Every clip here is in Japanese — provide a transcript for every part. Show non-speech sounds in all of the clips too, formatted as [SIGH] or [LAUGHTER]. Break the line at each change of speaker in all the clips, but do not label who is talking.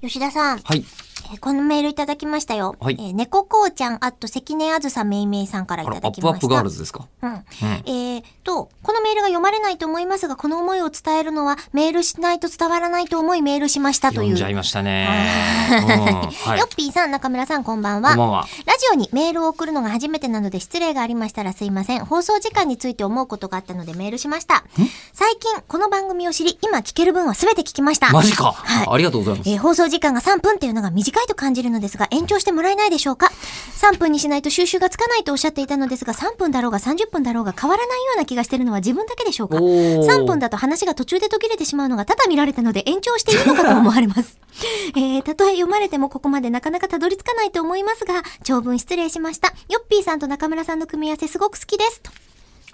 吉田さん、
はい。
えーこのメールいただきましたよ。
はい
えー猫こうちゃん、あと関根あずさめいめいさんからい
あ
た
ら、ア
だきました。
ップアップガールズですか。
うん。
うん。
えー、と、このメールが読まれないと思いますが、この思いを伝えるのは、メールしないと伝わらないと思いメールしましたと
読
い
ん
う。
じゃいましたね。うんはい
よ。っぴーさん、中村さん、こんばんは。
こんばんは。
ラジオにメールを送るのが初めてなので失礼がありましたらすいません。放送時間について思うことがあったのでメールしました。最近この番組を知り、今聞ける分は全て聞きました。
マジか、
はい
ありがとうございます。
えー放送時間が3分っていうのが短いと感じるのですが、延長してもらえないでしょうか ?3 分にしないと収集がつかないとおっしゃっていたのですが、3分だろうが30分だろうが変わらないような気がしてるのは自分だけでしょうか
おー
?3 分だと話が途中で途切れてしまうのがただ見られたので延長していいのかと思われます。 [LAUGHS] えー、たとえ読まれてもここまでなかなかたどり着かないと思いますが、長文失礼しました。ヨッピーさんと中村さんの組み合わせすごく好きです。と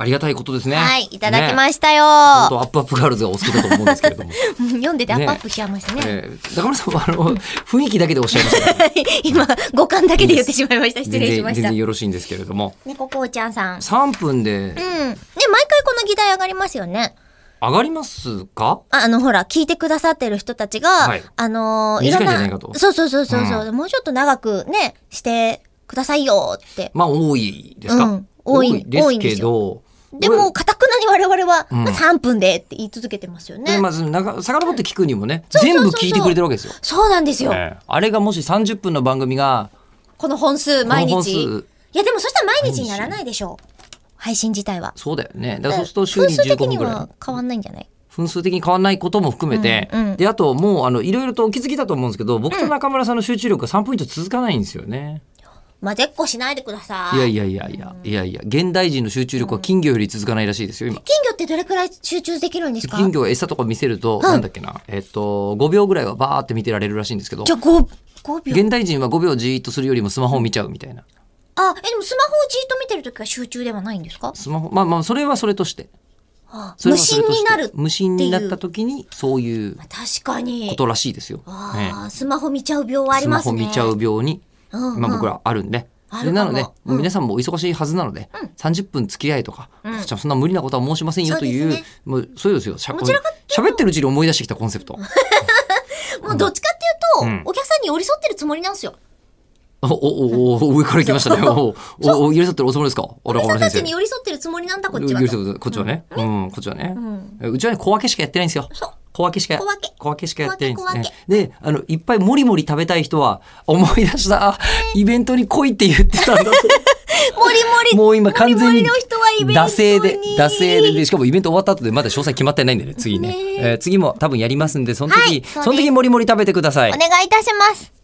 ありがたいことですね。
はい、いただき
ね
ましたよ、
本当アップアップガールズがお好きだと思うんですけ
[LAUGHS]
れども。
うん [LAUGHS] 読んでてアップアップしちゃいましたね。
えー、中村さんはあの雰囲気だけでおっしゃいましたから、
[LAUGHS] 今、五感だけで言ってしまいました。 [LAUGHS] 失
全
礼し
然
ま
全
した
然。よろしいんですけれども、
猫こうちゃんさん。うん。ね、
3分で
毎回この議題上がりますよね。
上がりますか？
ああの、ほら、聞いてくださってる人たちが、
はい
あのー、
短いんじゃ
ろ
ないかと
そうそうそうそうそう、もうちょっと長くね、してくださいよって。
まあ多いですか？
うん多い
ですけど、
でも、かたくなに我々は、
うん
まあ、3分でって言い続けてますよ
これ
ね。
でまずなんか遡って聞くにもね、
そうそうそう
全
そ
部
う
聞いてくれてるわけですよ。
そうなんですよ。
ええあれがもし30分の番組が
この本数、
この
毎
本
日。い
数
や、でもそしたら毎日にならないでしょう。配信自体は。
そうだよね。だからそうすると
分数
週に15
的
分
に
ぐら。
はい変わんないんじゃない
分数的に変わらないことも含めて、
うんうん
であともうあのいろいろとお気づきだと思うんですけど僕と中村さんの集中力が3ポイント続かないんですよね、
まあ、絶こしないでください。
いやいやいやいやいやいや現代人の集中力は金魚より続かないらしいですよ今
金魚ってどれくらい集中できるんですか
金魚が餌とか見せると、
はい
なんだっけなえっと5秒ぐらいはバーって見てられるらしいんですけど
じゃあ5、5秒。
現代人は5秒じーっとするよりもスマホを見ちゃうみたいな
あ、え、でもスマホをじーっと見てるときは集中ではないんですか
スマホまあまあそれはそれとして
あ
それ
無
はそれ
心
として
になる。
無心になった時にそういう
確か
こ
に。
とらしいですよ、ええ
ああ、スマホ見ちゃう病はあり
スマ
ます
ホ
ね。
見ちゃう病に、
うんうん
まあ、僕らあるんで。
あるかも
でなので、もううん皆さんもお忙しいはずなので、30分付き合いとか、こっちはそんな無理なことは申しませんよとい
そう
う、
ですね
もうそうですよ。しゃ
どちらか
喋ってるうちに思い出してきたコンセプト。
もうどっちかっていうと、
うん
お客さんに寄り添ってるつもりなんですよ。
お、お、お、お上から来ましたね。お、お、お、寄り添ってるおつもりですかお
お客さんた
先
ち
生。
に寄り添ってるつもりなんだ、こっちは
寄り
と。
添ってこっちはね。うん、こっちはね
ん。
うちはね、小分けしかやってないんですよ。
そう。
小分けしか
小分け
小分けしかやってないんです
小分
ね
け小。
で、あの、いっぱいもりもり食べたい人は、思い出した、あイベントに来いって言ってたんだって。
もりもり。
もう今完全に
もりもりの人はイベントに
惰性で、惰性で、で、しかもイベント終わった後でまだ詳細決まってないんでね、次ね。
ね
えー次も多分やりますんで、その時、
はいそうです
その時もりもり食べてください。
お願いいたします。